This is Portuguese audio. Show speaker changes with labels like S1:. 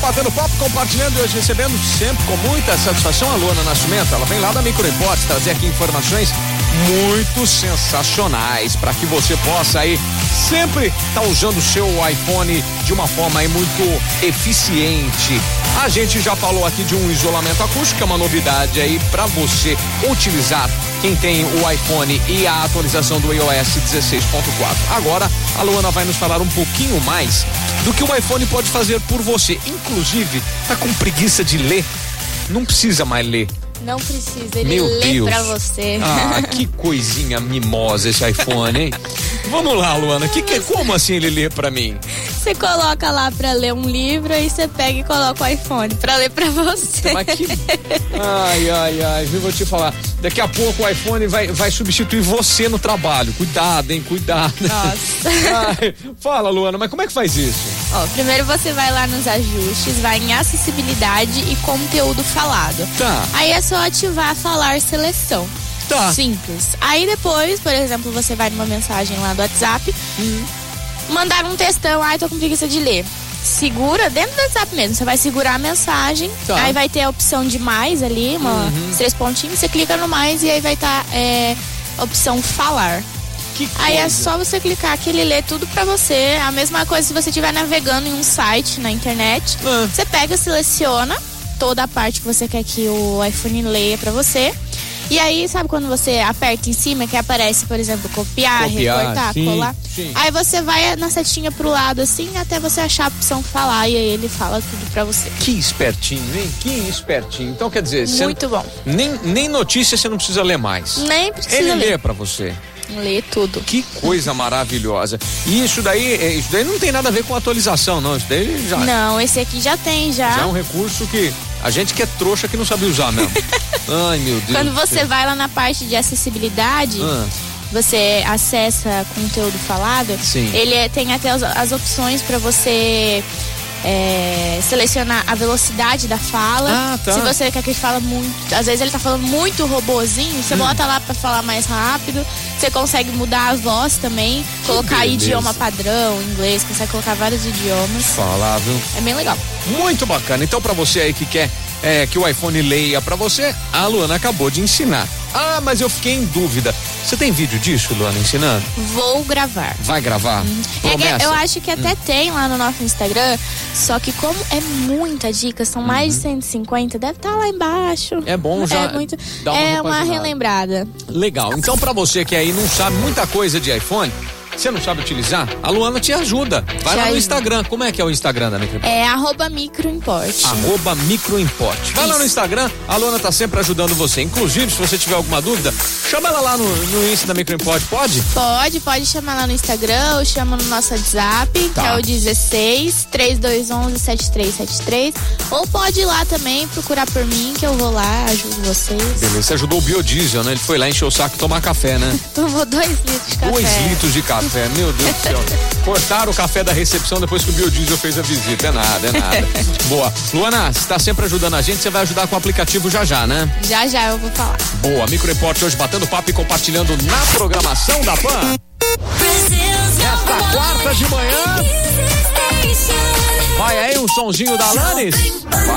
S1: batendo papo, compartilhando e hoje recebendo sempre com muita satisfação a Luana Nascimento. Ela vem lá da Micro Repórter trazer aqui informações muito sensacionais para que você possa aí sempre estar tá usando o seu iPhone de uma forma aí muito eficiente. A gente já falou aqui de um isolamento acústico, é uma novidade aí para você utilizar quem tem o iPhone e a atualização do iOS 16.4. Agora a Luana vai nos falar um pouquinho mais do que o iPhone pode fazer por você. Inclusive, tá com preguiça de ler? Não precisa mais ler.
S2: Não precisa, ele Meu lê Deus. pra você.
S1: Ah, que coisinha mimosa esse iPhone, hein? Vamos lá, Luana. Que, que, como assim ele lê pra mim?
S2: Você coloca lá pra ler um livro e você pega e coloca o iPhone pra ler pra você.
S1: Mas Tá que... Ai, ai, ai, viu? Vou te falar. Daqui a pouco o iPhone vai, vai substituir você no trabalho. Cuidado, hein? Cuidado.
S2: Nossa.
S1: Ai, fala, Luana, mas como é que faz isso?
S2: Ó, primeiro você vai lá nos ajustes, vai em acessibilidade e conteúdo falado.
S1: Tá.
S2: Aí é só ativar falar seleção.
S1: Tá.
S2: Simples. Aí depois, por exemplo, você vai numa mensagem lá do WhatsApp,
S1: Hum.
S2: mandar um textão, ai, tô com preguiça de ler. Segura dentro do WhatsApp mesmo, você vai segurar a mensagem,
S1: Tá. Uhum.
S2: aí vai ter a opção de mais ali, uma, três pontinhos, você clica no mais e aí vai estar é, a opção falar.
S1: Que coisa.
S2: Aí é só você clicar que ele lê tudo pra você. A mesma coisa se você estiver navegando em um site na internet.
S1: Ah.
S2: Você pega, seleciona toda a parte que você quer que o iPhone leia pra você. E aí, sabe quando você aperta em cima que aparece, por exemplo, copiar,
S1: Copiar,
S2: recortar,
S1: sim,
S2: colar?
S1: sim.
S2: Aí você vai na setinha pro lado assim até você achar a opção falar e aí ele fala tudo pra você.
S1: Que espertinho, hein? Que espertinho. Então quer dizer, você
S2: Muito bom.
S1: nem, nem notícia você não precisa ler mais.
S2: Nem precisa
S1: Ele
S2: ler.
S1: lê pra você.
S2: Lê tudo.
S1: Que coisa maravilhosa. E isso daí, é, isso daí não tem nada a ver com atualização, não. Isso daí já,
S2: Não, esse aqui já tem já.
S1: Tá. já é um recurso que a gente que é trouxa que não sabe usar mesmo. Ai, meu Deus.
S2: Quando
S1: do
S2: você
S1: céu.
S2: vai lá na parte de acessibilidade,
S1: Ah.
S2: você acessa conteúdo falado,
S1: Sim.
S2: ele é- tem até as, as opções para você é, selecionar a velocidade da fala.
S1: Ah, tá.
S2: Se você quer que ele fala muito. Às vezes ele tá falando muito robozinho,
S1: Hum.
S2: você bota lá para falar mais rápido. Você consegue mudar a voz também, colocar
S1: beleza.
S2: idioma padrão, inglês, consegue colocar vários idiomas.
S1: Falar, viu?
S2: É bem legal.
S1: Muito bacana. Então, pra você aí que quer é, que o iPhone leia pra você, a Luana acabou de ensinar. Ah, mas eu fiquei em dúvida. Você tem vídeo disso, Luana, ensinando?
S2: Vou gravar.
S1: Vai gravar?
S2: É que
S1: Promessa?
S2: eu acho que
S1: Hum.
S2: até tem lá no nosso Instagram, só que como é muita dica, são mais de 150, deve estar lá embaixo.
S1: Uhum. É bom já
S2: É, muito,
S1: dar uma
S2: é uma
S1: repaginada.
S2: relembrada.
S1: Legal. Então, pra você que aí não sabe muita coisa de iPhone, você não sabe utilizar, a Luana te ajuda. Vai
S2: Te
S1: lá no
S2: ajuda.
S1: Instagram. Como é que é o Instagram da Micro?
S2: É arroba microimporte.
S1: Arroba microimporte. Vai lá no
S2: Isso.
S1: Instagram, a Luana tá sempre ajudando você. Inclusive, se você tiver alguma dúvida, chama ela lá no, no Insta da Microimporte, pode?
S2: Pode, pode chamar lá no Instagram ou chama no nosso WhatsApp, que
S1: Tá.
S2: é o 16 3211 7373. Ou pode ir lá também procurar por mim, que eu vou lá, ajudo vocês.
S1: Beleza, você ajudou o biodiesel, né? Ele foi lá encher o saco e tomar café, né?
S2: Tomou dois litros de café.
S1: Dois litros de café, meu Deus do céu. Cortaram o café da recepção depois que o biodiesel fez a visita. É nada, é nada. Boa. Luana, você está sempre ajudando a gente, você vai ajudar com o aplicativo já já, né?
S2: Já já eu vou falar.
S1: Boa, Micro Repórter hoje batendo papo e compartilhando na programação da PAN.
S3: Esta quarta de manhã.
S1: Vai aí um sonzinho da Alanis? Vai